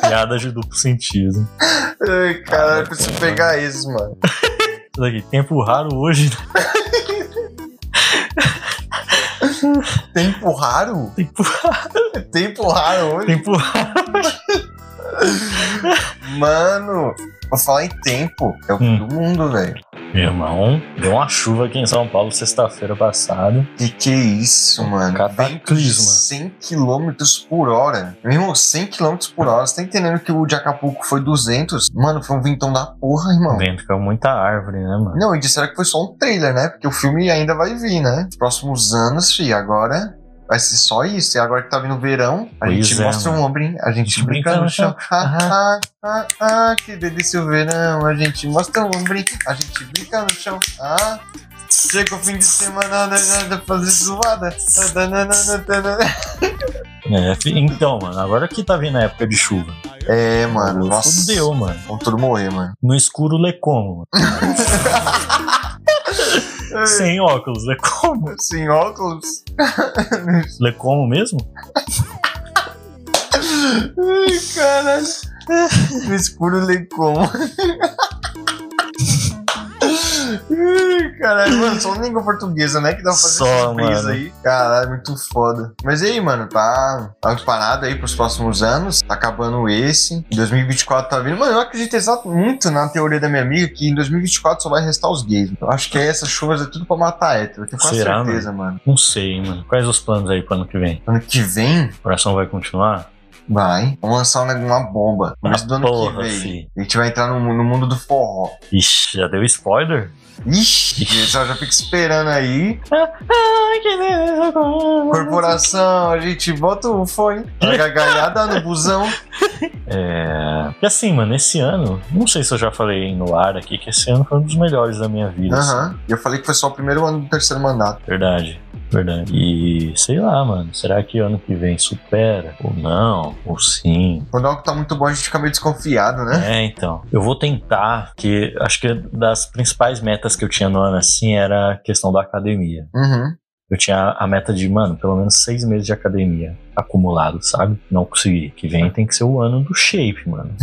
Speaker 1: Piada de duplo sentido.
Speaker 2: Ai, caralho, preciso pegar isso, mano.
Speaker 1: Isso daqui, tempo raro hoje, né?
Speaker 2: Tempo raro?
Speaker 1: Tempo,
Speaker 2: Tempo raro hoje?
Speaker 1: tempo raro.
Speaker 2: Mano, vou falar em tempo. É o fim
Speaker 1: Hum.
Speaker 2: do mundo, velho.
Speaker 1: Meu irmão, deu uma chuva aqui em São Paulo sexta-feira passada.
Speaker 2: Que que é isso, mano?
Speaker 1: Cataclisma.
Speaker 2: Vento de 100 km por hora. Meu irmão, 100 km por hora. Você tá entendendo que o de Acapulco foi 200? Mano, foi um vintão da porra, irmão.
Speaker 1: Vento com muita árvore, né, mano?
Speaker 2: Não, e disseram que foi só um trailer, né? Porque o filme ainda vai vir, né? Nos próximos anos, fi, agora vai ser só isso. E agora que tá vindo o verão, a
Speaker 1: Pois
Speaker 2: gente
Speaker 1: é,
Speaker 2: mostra um ombro, hein? a gente brinca no chão. Ah, ah, ah, ah, que delícia o verão. A gente mostra um ombro, hein? a gente brinca no chão. Ah, chega o fim de semana, nada fazer zoada.
Speaker 1: É, fi- então, mano, agora que tá vindo a época de chuva.
Speaker 2: É, mano, nossa.
Speaker 1: Fudeu, mano.
Speaker 2: Vamos tudo morrer, mano.
Speaker 1: No escuro, lê como?
Speaker 2: É.
Speaker 1: mano? Sem óculos, lê como?
Speaker 2: Sem óculos.
Speaker 1: Lê como mesmo?
Speaker 2: Ai, caralho. No escuro nem como. Ai, Caralho, mano, só língua portuguesa, né? Que dá pra fazer
Speaker 1: Só,
Speaker 2: essas brisas
Speaker 1: mano.
Speaker 2: aí. Caralho, muito foda. Mas e aí, mano, tá, tá parado aí pros próximos anos. Tá acabando esse. 2024 tá vindo. Mano, eu acredito exato muito na teoria da minha amiga que em 2024 só vai restar os gays. Eu acho que essas chuvas é tudo pra matar hétero. Eu tenho quase
Speaker 1: Será,
Speaker 2: certeza, mano.
Speaker 1: Não sei, hein, mano. Quais os planos aí pro ano que vem?
Speaker 2: Ano que vem,
Speaker 1: O coração vai continuar?
Speaker 2: Vai. Vamos lançar um neg- uma bomba. No começo do ano
Speaker 1: Ah, porra,
Speaker 2: que vem.
Speaker 1: fi.
Speaker 2: A gente vai entrar no, mu- no mundo do forró.
Speaker 1: Ixi, já deu spoiler?
Speaker 2: Ixi, pessoal já fica esperando aí. Corporação, a gente bota o fone. A gargalhada no busão.
Speaker 1: É. E assim, mano, esse ano, não sei se eu já falei no ar aqui, que esse ano foi um dos melhores da minha vida. assim.
Speaker 2: Aham. E eu falei que foi só o primeiro ano do terceiro mandato.
Speaker 1: Verdade, verdade. E sei lá, mano, será que ano que vem supera? Ou não? Ou sim?
Speaker 2: Quando algo tá muito bom, a gente fica meio desconfiado, né?
Speaker 1: É, então. Eu vou tentar, que acho que das principais metas que eu tinha no ano assim era a questão da academia.
Speaker 2: Uhum.
Speaker 1: Eu tinha a meta de, mano, pelo menos seis meses de academia acumulado, sabe? Não consegui. Que vem tem que ser o ano do shape, mano.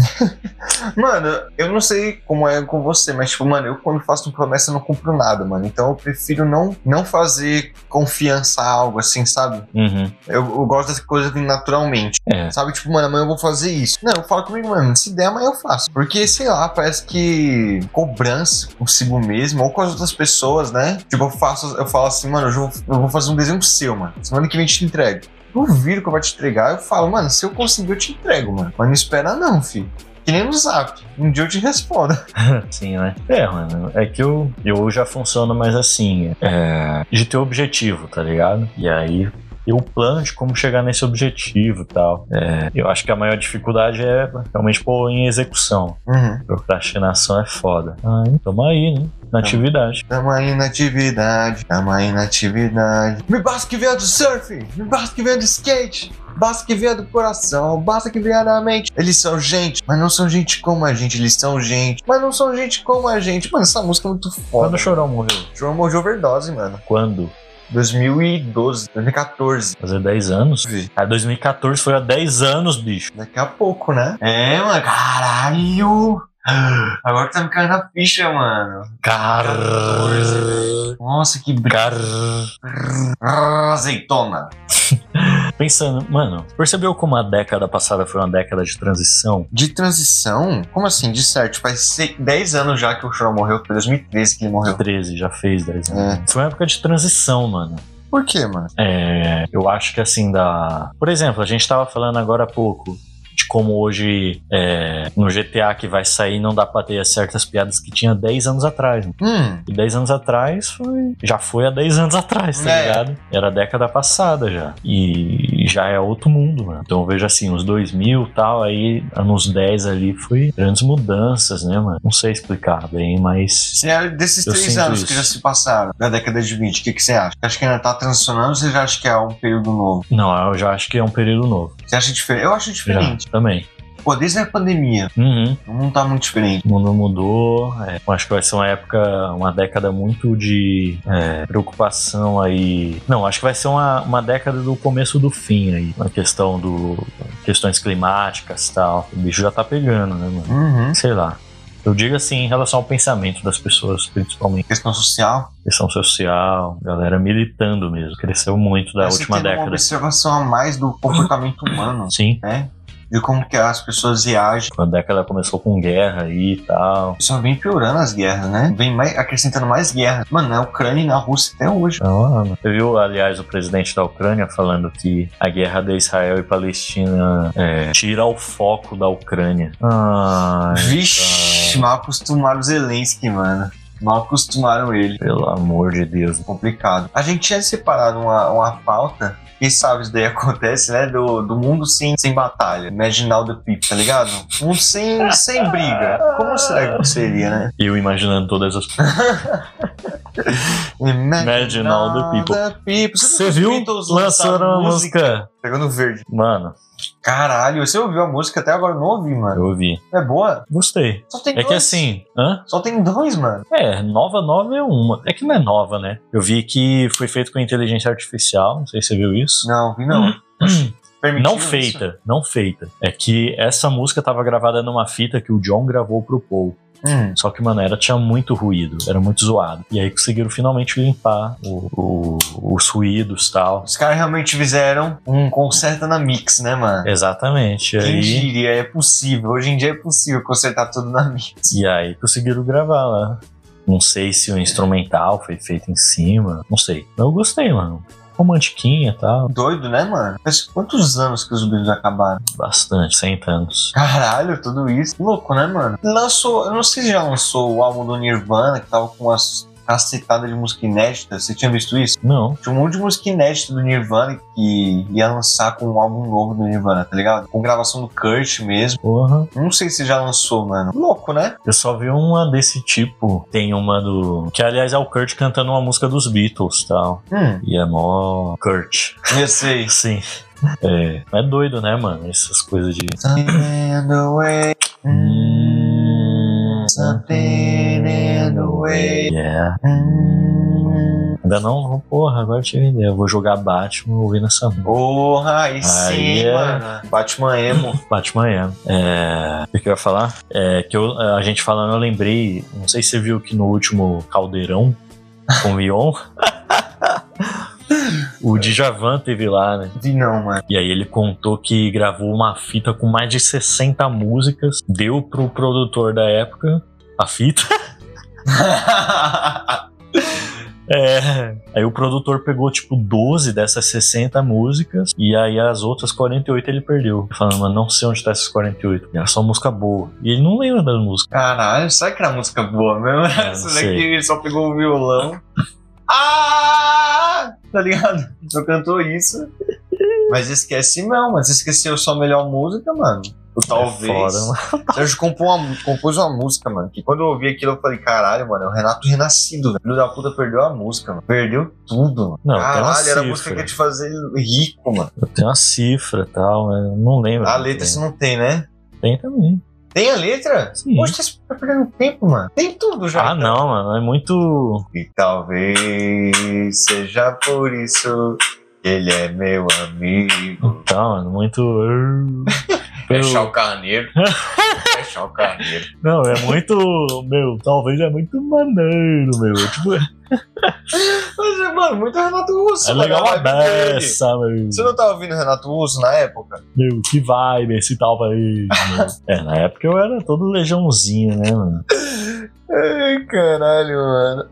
Speaker 2: Mano, eu não sei como é com você, mas, tipo, mano, eu quando faço uma promessa eu não cumpro nada, mano. Então eu prefiro não, não fazer confiança a algo assim, sabe?
Speaker 1: Uhum.
Speaker 2: Eu, eu gosto das coisas vindo naturalmente.
Speaker 1: É.
Speaker 2: Sabe, tipo, mano, amanhã eu vou fazer isso. Não, eu falo comigo, mano, se der, amanhã eu faço. Porque, sei lá, parece que cobrança consigo mesmo ou com as outras pessoas, né? Tipo, eu faço, eu falo assim, mano, hoje eu vou, eu vou fazer um desenho seu, mano. Semana que vem eu te entrego. Duvido que eu vou te entregar. Eu falo, mano, se eu conseguir, eu te entrego, mano. Mas não espera, não, filho. Que nem no zap. Um dia eu te respondo.
Speaker 1: Sim, né? É, mano. É que eu, eu já funciono mais assim. É, de ter objetivo, tá ligado? E aí ter o plano de como chegar nesse objetivo e tal. É, eu acho que a maior dificuldade é realmente pôr em execução.
Speaker 2: Uhum.
Speaker 1: Procrastinação é foda. Ah, tamo aí, né? Na atividade.
Speaker 2: Tamo aí na atividade, tamo aí na atividade. Me basta que venha do surf, me basta que venha do skate, basta que venha do coração, basta que venha da mente. Eles são gente, mas não são gente como a gente, eles são gente, mas não são gente como a gente. Mano, essa música é muito
Speaker 1: Quando
Speaker 2: foda.
Speaker 1: o Chorão morreu?
Speaker 2: João morreu de overdose, mano.
Speaker 1: Quando?
Speaker 2: 2012, 2014.
Speaker 1: Fazer 10 anos? Ah, 2014 foi há 10 anos, bicho.
Speaker 2: Daqui a pouco, né? É, mano, caralho. Agora tá me caindo a ficha, mano.
Speaker 1: Car...
Speaker 2: Nossa, que brinca.
Speaker 1: Car...
Speaker 2: Azeitona.
Speaker 1: Pensando, mano, percebeu como a década passada foi uma década de transição?
Speaker 2: De transição? Como assim? De certo? Faz se- 10 anos já que o Chorão morreu. Foi 2013 que ele morreu.
Speaker 1: 13, já fez 10 anos.
Speaker 2: É.
Speaker 1: Foi uma época de transição, mano.
Speaker 2: Por quê, mano?
Speaker 1: É, eu acho que assim, da. Por exemplo, a gente tava falando agora há pouco de como hoje é, no GTA que vai sair não dá pra ter certas piadas que tinha 10 anos atrás. né?
Speaker 2: Hum,
Speaker 1: E 10 anos atrás foi. Já foi há 10 anos atrás, tá
Speaker 2: É.
Speaker 1: ligado? Era a década passada já. E já é outro mundo, mano. Então eu vejo assim, uns 2000 e tal, aí anos 10 ali foi grandes mudanças, né, mano? Não sei explicar bem, mas
Speaker 2: cenário é desses
Speaker 1: Eu
Speaker 2: três
Speaker 1: sinto
Speaker 2: anos que
Speaker 1: isso.
Speaker 2: já se passaram, da década de 20, o que, que você acha? Você acha que ainda tá transicionando ou você já acha que é um período novo?
Speaker 1: Não, eu já acho que é um período novo.
Speaker 2: Você acha diferente? Eu acho
Speaker 1: Já,
Speaker 2: diferente.
Speaker 1: também.
Speaker 2: Pô, desde a pandemia,
Speaker 1: Uhum.
Speaker 2: o mundo tá muito diferente.
Speaker 1: O mundo mudou. é, eu acho que vai ser uma época, uma década muito de é, preocupação aí. Não, acho que vai ser uma, uma década do começo do fim aí. Na questão do. questões climáticas e tal. O bicho já tá pegando, né, mano?
Speaker 2: Uhum.
Speaker 1: Sei lá. Eu digo assim em relação ao pensamento das pessoas, principalmente.
Speaker 2: Questão social.
Speaker 1: Questão social, galera militando mesmo. Cresceu muito da
Speaker 2: Mas você
Speaker 1: última
Speaker 2: tem uma
Speaker 1: década.
Speaker 2: observação a mais do comportamento humano,
Speaker 1: Sim,
Speaker 2: né? De como que as pessoas reagem.
Speaker 1: a década começou com guerra aí e tal.
Speaker 2: Só vem piorando as guerras, né? Vem mais, acrescentando mais guerras. Mano, na Ucrânia e na Rússia até hoje.
Speaker 1: Então, ah, Você viu, aliás, o presidente da Ucrânia falando que a guerra de Israel e Palestina é, tira o foco da Ucrânia. Ai,
Speaker 2: Vixe, mal acostumaram o Zelensky, mano. Mal acostumaram ele.
Speaker 1: pelo amor de Deus.
Speaker 2: Complicado. A gente tinha separado uma, uma pauta. Quem sabe isso daí acontece, né? Do, do mundo sem, sem batalha. Imagine all the people, tá ligado? Um sem, sem briga. Como será que seria, né?
Speaker 1: Eu imaginando todas as. Imagine all the people.
Speaker 2: É,
Speaker 1: Você
Speaker 2: Você,
Speaker 1: viu?
Speaker 2: Lançaram
Speaker 1: Lançaram a música.
Speaker 2: Pegando verde.
Speaker 1: Mano,
Speaker 2: Caralho, você ouviu a música até agora? Eu Não ouvi, mano.
Speaker 1: eu ouvi.
Speaker 2: É boa?
Speaker 1: Gostei.
Speaker 2: Só tem
Speaker 1: É que
Speaker 2: dois.
Speaker 1: assim. Hã?
Speaker 2: Só tem dois, mano.
Speaker 1: É, nova, nova é uma. É que não é nova, né? Eu vi que foi feito com inteligência artificial. Não sei se você viu isso.
Speaker 2: Não, vi não. Permitiram
Speaker 1: Não
Speaker 2: isso?
Speaker 1: feita, não feita. É que essa música tava gravada numa fita que o John gravou pro Paul.
Speaker 2: Hum.
Speaker 1: Só que, mano, era, tinha muito ruído, era muito zoado. E aí conseguiram finalmente limpar o- o- os ruídos e tal.
Speaker 2: Os caras realmente fizeram um conserta na mix, né, mano?
Speaker 1: Exatamente. E
Speaker 2: Quem
Speaker 1: aí,
Speaker 2: diria? É possível. Hoje em dia é possível consertar tudo na mix.
Speaker 1: e aí conseguiram gravar lá. Não sei se o instrumental foi feito em cima, não sei. Eu gostei, mano. Romantiquinha e tal,
Speaker 2: Doido, né, mano? Faz quantos anos que os Beatles acabaram?
Speaker 1: bastante, 100 anos.
Speaker 2: Caralho, tudo isso. Louco, né, mano? Lançou, eu não sei se já lançou o álbum do Nirvana, que tava com umas cacetada de música inédita. Você tinha visto isso?
Speaker 1: Não,
Speaker 2: Tinha um monte de música inédita do Nirvana que ia lançar com um álbum novo do Nirvana, tá ligado? Com gravação do Kurt mesmo.
Speaker 1: porra.
Speaker 2: Não sei se já lançou, mano. Louco, né?
Speaker 1: Eu só vi uma desse tipo. Tem uma do. Que aliás é o Kurt cantando uma música dos Beatles e tal.
Speaker 2: Hum,
Speaker 1: E é mó. Kurt.
Speaker 2: eu sei.
Speaker 1: Sim. É, é doido, né, mano? Essas coisas de.
Speaker 2: Something in the way. Hum, Something in the way.
Speaker 1: Yeah.
Speaker 2: Hum.
Speaker 1: Ainda não, porra, agora eu tive ideia. Eu vou jogar Batman ouvindo essa música.
Speaker 2: Porra, aí sim,
Speaker 1: é.
Speaker 2: mano. Batman emo.
Speaker 1: Batman é. é. O que eu ia falar? É que eu- a gente falando, eu lembrei. Não sei se você viu que no último Caldeirão com o Mion. O Djavan teve lá, né?
Speaker 2: Vi não, mano.
Speaker 1: E aí ele contou que gravou uma fita com mais de 60 músicas, deu pro produtor da época a fita. É. Aí o produtor pegou tipo 12 dessas 60 músicas e aí as outras 48 ele perdeu. Falando, mano, não sei onde tá essas 48. Era só música boa. E ele não lembra das músicas.
Speaker 2: Caralho, será que era música boa mesmo?
Speaker 1: É, não
Speaker 2: Será
Speaker 1: sei.
Speaker 2: que ele só pegou o violão? Ah! Tá ligado? Só cantou isso. Mas esquece não, mas esqueceu sua melhor música, mano. O talvez.
Speaker 1: É foda, mano.
Speaker 2: Sérgio compôs uma, compôs uma música, mano. Que quando eu ouvi aquilo, eu falei, caralho, mano, é o Renato Renascido, velho. Filho da puta perdeu a música, mano. Perdeu tudo. mano.
Speaker 1: Não, tem uma
Speaker 2: caralho, era a
Speaker 1: cifra.
Speaker 2: música que ia te fazer rico, mano.
Speaker 1: Tem uma cifra e tal, mas eu não lembro.
Speaker 2: A letra você não tem, né?
Speaker 1: Tem também.
Speaker 2: Tem a letra?
Speaker 1: Sim.
Speaker 2: Poxa, você tá perdendo tempo, mano. Tem tudo já.
Speaker 1: Ah, não, mano. É muito.
Speaker 2: E talvez seja por isso que ele é meu amigo.
Speaker 1: Então, mano, muito.
Speaker 2: Fechar o carneiro. Fechar o carneiro.
Speaker 1: Não, é muito. Meu, talvez é muito maneiro, meu. Tipo, é
Speaker 2: Mas, mano, muito Renato Russo. mano,
Speaker 1: legal
Speaker 2: a
Speaker 1: a
Speaker 2: vibe dele.
Speaker 1: beça, meu.
Speaker 2: Você não tava ouvindo Renato Russo na época?
Speaker 1: Meu, que vibe esse tal país. meu. é, na época eu era todo leijãozinho, né, mano?
Speaker 2: Ai, caralho, mano.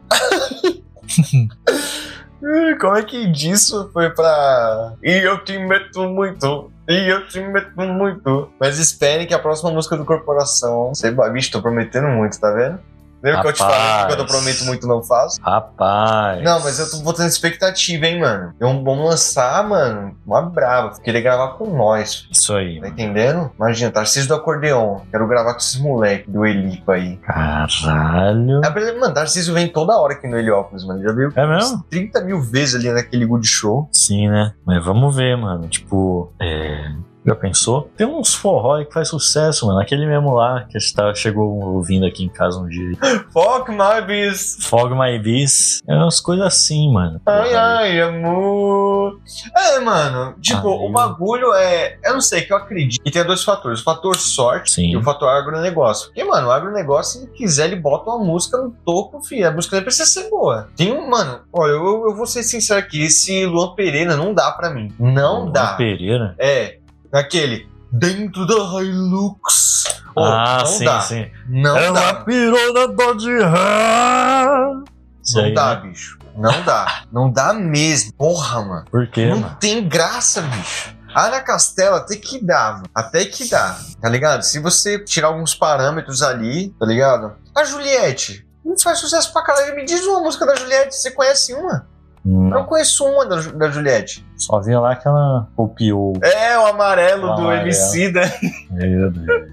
Speaker 2: Ai, Como é que disso foi pra. E eu te meto muito. E eu te meto muito. Mas esperem que a próxima música do Corporação. Sei, lá, bicho, tô prometendo muito, tá vendo? Lembra que eu te falei que
Speaker 1: Rapaz. É
Speaker 2: quando eu prometo muito não faço?
Speaker 1: Rapaz.
Speaker 2: Não, mas eu tô botando expectativa, hein, mano. Então vamos lançar, mano, uma brava. Queria gravar com nós,
Speaker 1: Isso aí.
Speaker 2: Tá entendendo? Imagina, Tarcísio do Acordeon. Quero gravar com esses moleques do Elipa aí.
Speaker 1: Caralho.
Speaker 2: É, pra- Mano, Tarcísio vem toda hora aqui no Heliópolis, mano. Já veio
Speaker 1: É mesmo?
Speaker 2: 30 mil vezes ali naquele good show.
Speaker 1: Sim, né? Mas vamos ver, mano. Tipo, é. Já pensou? Tem uns forró aí que faz sucesso, mano. Aquele mesmo lá que a gente tava- chegou ouvindo aqui em casa um dia.
Speaker 2: Fuck my beast.
Speaker 1: Fog My Beast. É umas coisas assim, mano.
Speaker 2: Ai, ai, amor. É, mano. Tipo,
Speaker 1: Ai.
Speaker 2: o bagulho é. Eu não sei, que eu acredito. E tem dois fatores: o fator sorte
Speaker 1: Sim.
Speaker 2: e o fator agronegócio. Porque, mano, o agronegócio, se ele quiser, ele bota uma música no topo, filho. A música nem precisa ser boa. Tem um, mano, olha, eu, eu vou ser sincero aqui: esse Luan Pereira não dá pra mim. Não
Speaker 1: Luan
Speaker 2: dá.
Speaker 1: Pereira?
Speaker 2: É, naquele. Dentro da Hilux. Oh,
Speaker 1: ah,
Speaker 2: não
Speaker 1: sim,
Speaker 2: dá.
Speaker 1: sim. É
Speaker 2: Não
Speaker 1: Ela
Speaker 2: dá.
Speaker 1: pirou na dor de rã. Isso
Speaker 2: Não
Speaker 1: aí,
Speaker 2: dá,
Speaker 1: né?
Speaker 2: bicho. Não dá. Não dá mesmo. Porra, mano.
Speaker 1: Por quê,
Speaker 2: Não
Speaker 1: É, mano?
Speaker 2: tem graça, bicho. A Ana Castela até que dá, mano. Até que dá, tá ligado? Se você tirar alguns parâmetros ali, tá ligado? A Juliette. Não faz sucesso pra caralho. Me diz uma música da Juliette. Você conhece uma? Eu
Speaker 1: Não.
Speaker 2: não conheço uma da, Ju- da Juliette.
Speaker 1: Só via lá que ela copiou.
Speaker 2: É, o amarelo
Speaker 1: O
Speaker 2: do
Speaker 1: Amarelo.
Speaker 2: MC da.
Speaker 1: Meu Deus.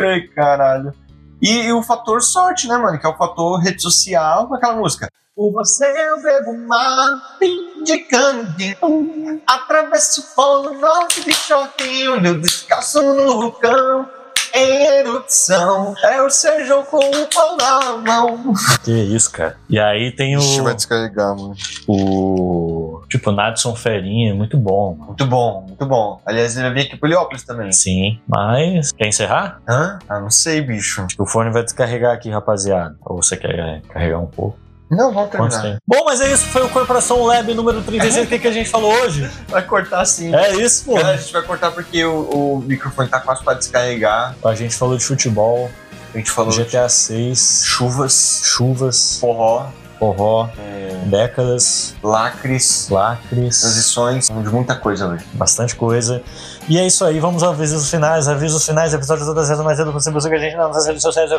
Speaker 2: Ai, caralho. E, e o fator sorte, né, mano? Que é o fator rede social com aquela música. Por você eu bebo mar, indicando de um. Atravesso o polo norte de shortinho, meu descalço no vulcão. Em erupção, é o Sérgio com o pau na mão.
Speaker 1: Que isso, cara. E aí tem o.
Speaker 2: descarregar, mano.
Speaker 1: o Tipo, Nadson Ferinha, é muito bom. mano.
Speaker 2: Muito bom, muito bom. Aliás, ele veio aqui pro Heliópolis também.
Speaker 1: Sim, mas. Quer encerrar?
Speaker 2: Hã? Ah, não sei, bicho.
Speaker 1: Acho que o fone vai descarregar aqui, rapaziada. Ou você quer é, carregar um pouco?
Speaker 2: Não, vamos
Speaker 1: Quantos tem?
Speaker 2: terminar.
Speaker 1: Bom, mas é isso. Foi o Corporação Lab número 36. O que, que a gente falou hoje?
Speaker 2: Vai cortar assim, sim.
Speaker 1: É isso, pô.
Speaker 2: Cara, a gente vai cortar porque o, o microfone tá quase pra descarregar.
Speaker 1: A gente falou de futebol,
Speaker 2: A gente falou de
Speaker 1: GTA 6,
Speaker 2: chuvas,
Speaker 1: chuvas,
Speaker 2: forró, é,
Speaker 1: forró, décadas,
Speaker 2: lacres,
Speaker 1: lacres,
Speaker 2: transições, de muita coisa hoje.
Speaker 1: bastante coisa. E é isso aí. Vamos aos avisos finais. Avisos finais, episódios todas as vezes mais cedo possível que a gente não nas redes sociais.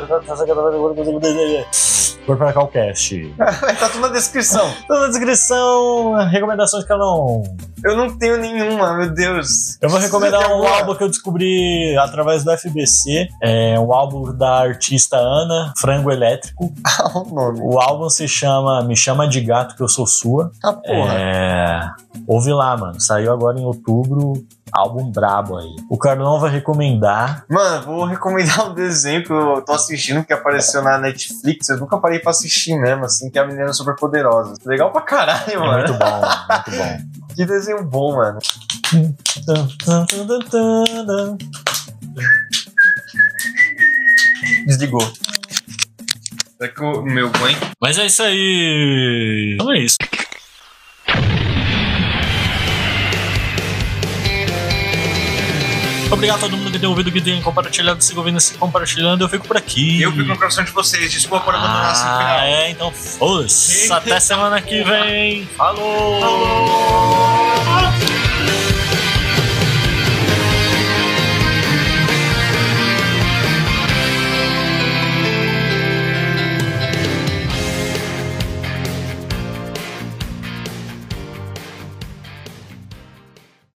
Speaker 1: Corporacal Cast.
Speaker 2: Vai tá tudo na descrição.
Speaker 1: Tudo na descrição. Recomendações, Calão.
Speaker 2: Eu não tenho nenhuma, meu Deus.
Speaker 1: Eu vou recomendar
Speaker 2: Você tem
Speaker 1: um
Speaker 2: alguma?
Speaker 1: álbum que eu descobri através do FBC. É um álbum da artista Ana Frango Elétrico.
Speaker 2: Ah, o nome.
Speaker 1: O álbum se chama Me Chama de Gato Que Eu Sou Sua.
Speaker 2: Ah, porra.
Speaker 1: É... Ouve lá, mano. Saiu agora em outubro. Álbum brabo aí. O Carlão vai recomendar.
Speaker 2: Mano, vou recomendar um desenho que eu tô assistindo que apareceu na Netflix. Eu nunca parei pra assistir mesmo, assim, que é a menina super poderosa. Legal pra caralho,
Speaker 1: É
Speaker 2: mano.
Speaker 1: muito bom, mano. muito bom.
Speaker 2: Que desenho bom, mano.
Speaker 1: Tum, tum, tum, tum, tum, tum.
Speaker 2: Desligou. Será É que o meu banho
Speaker 1: Mas é isso aí. Então é isso. Obrigado a todo mundo que tem ouvido, que tem compartilhado, siga ouvindo, se compartilhando. Eu fico por aqui.
Speaker 2: Eu fico no coração de vocês. Desculpa por abandonar assim no
Speaker 1: Ah,
Speaker 2: final.
Speaker 1: é, então foda-se.
Speaker 2: Eita.
Speaker 1: Até semana que vem. Falou.
Speaker 2: Falou!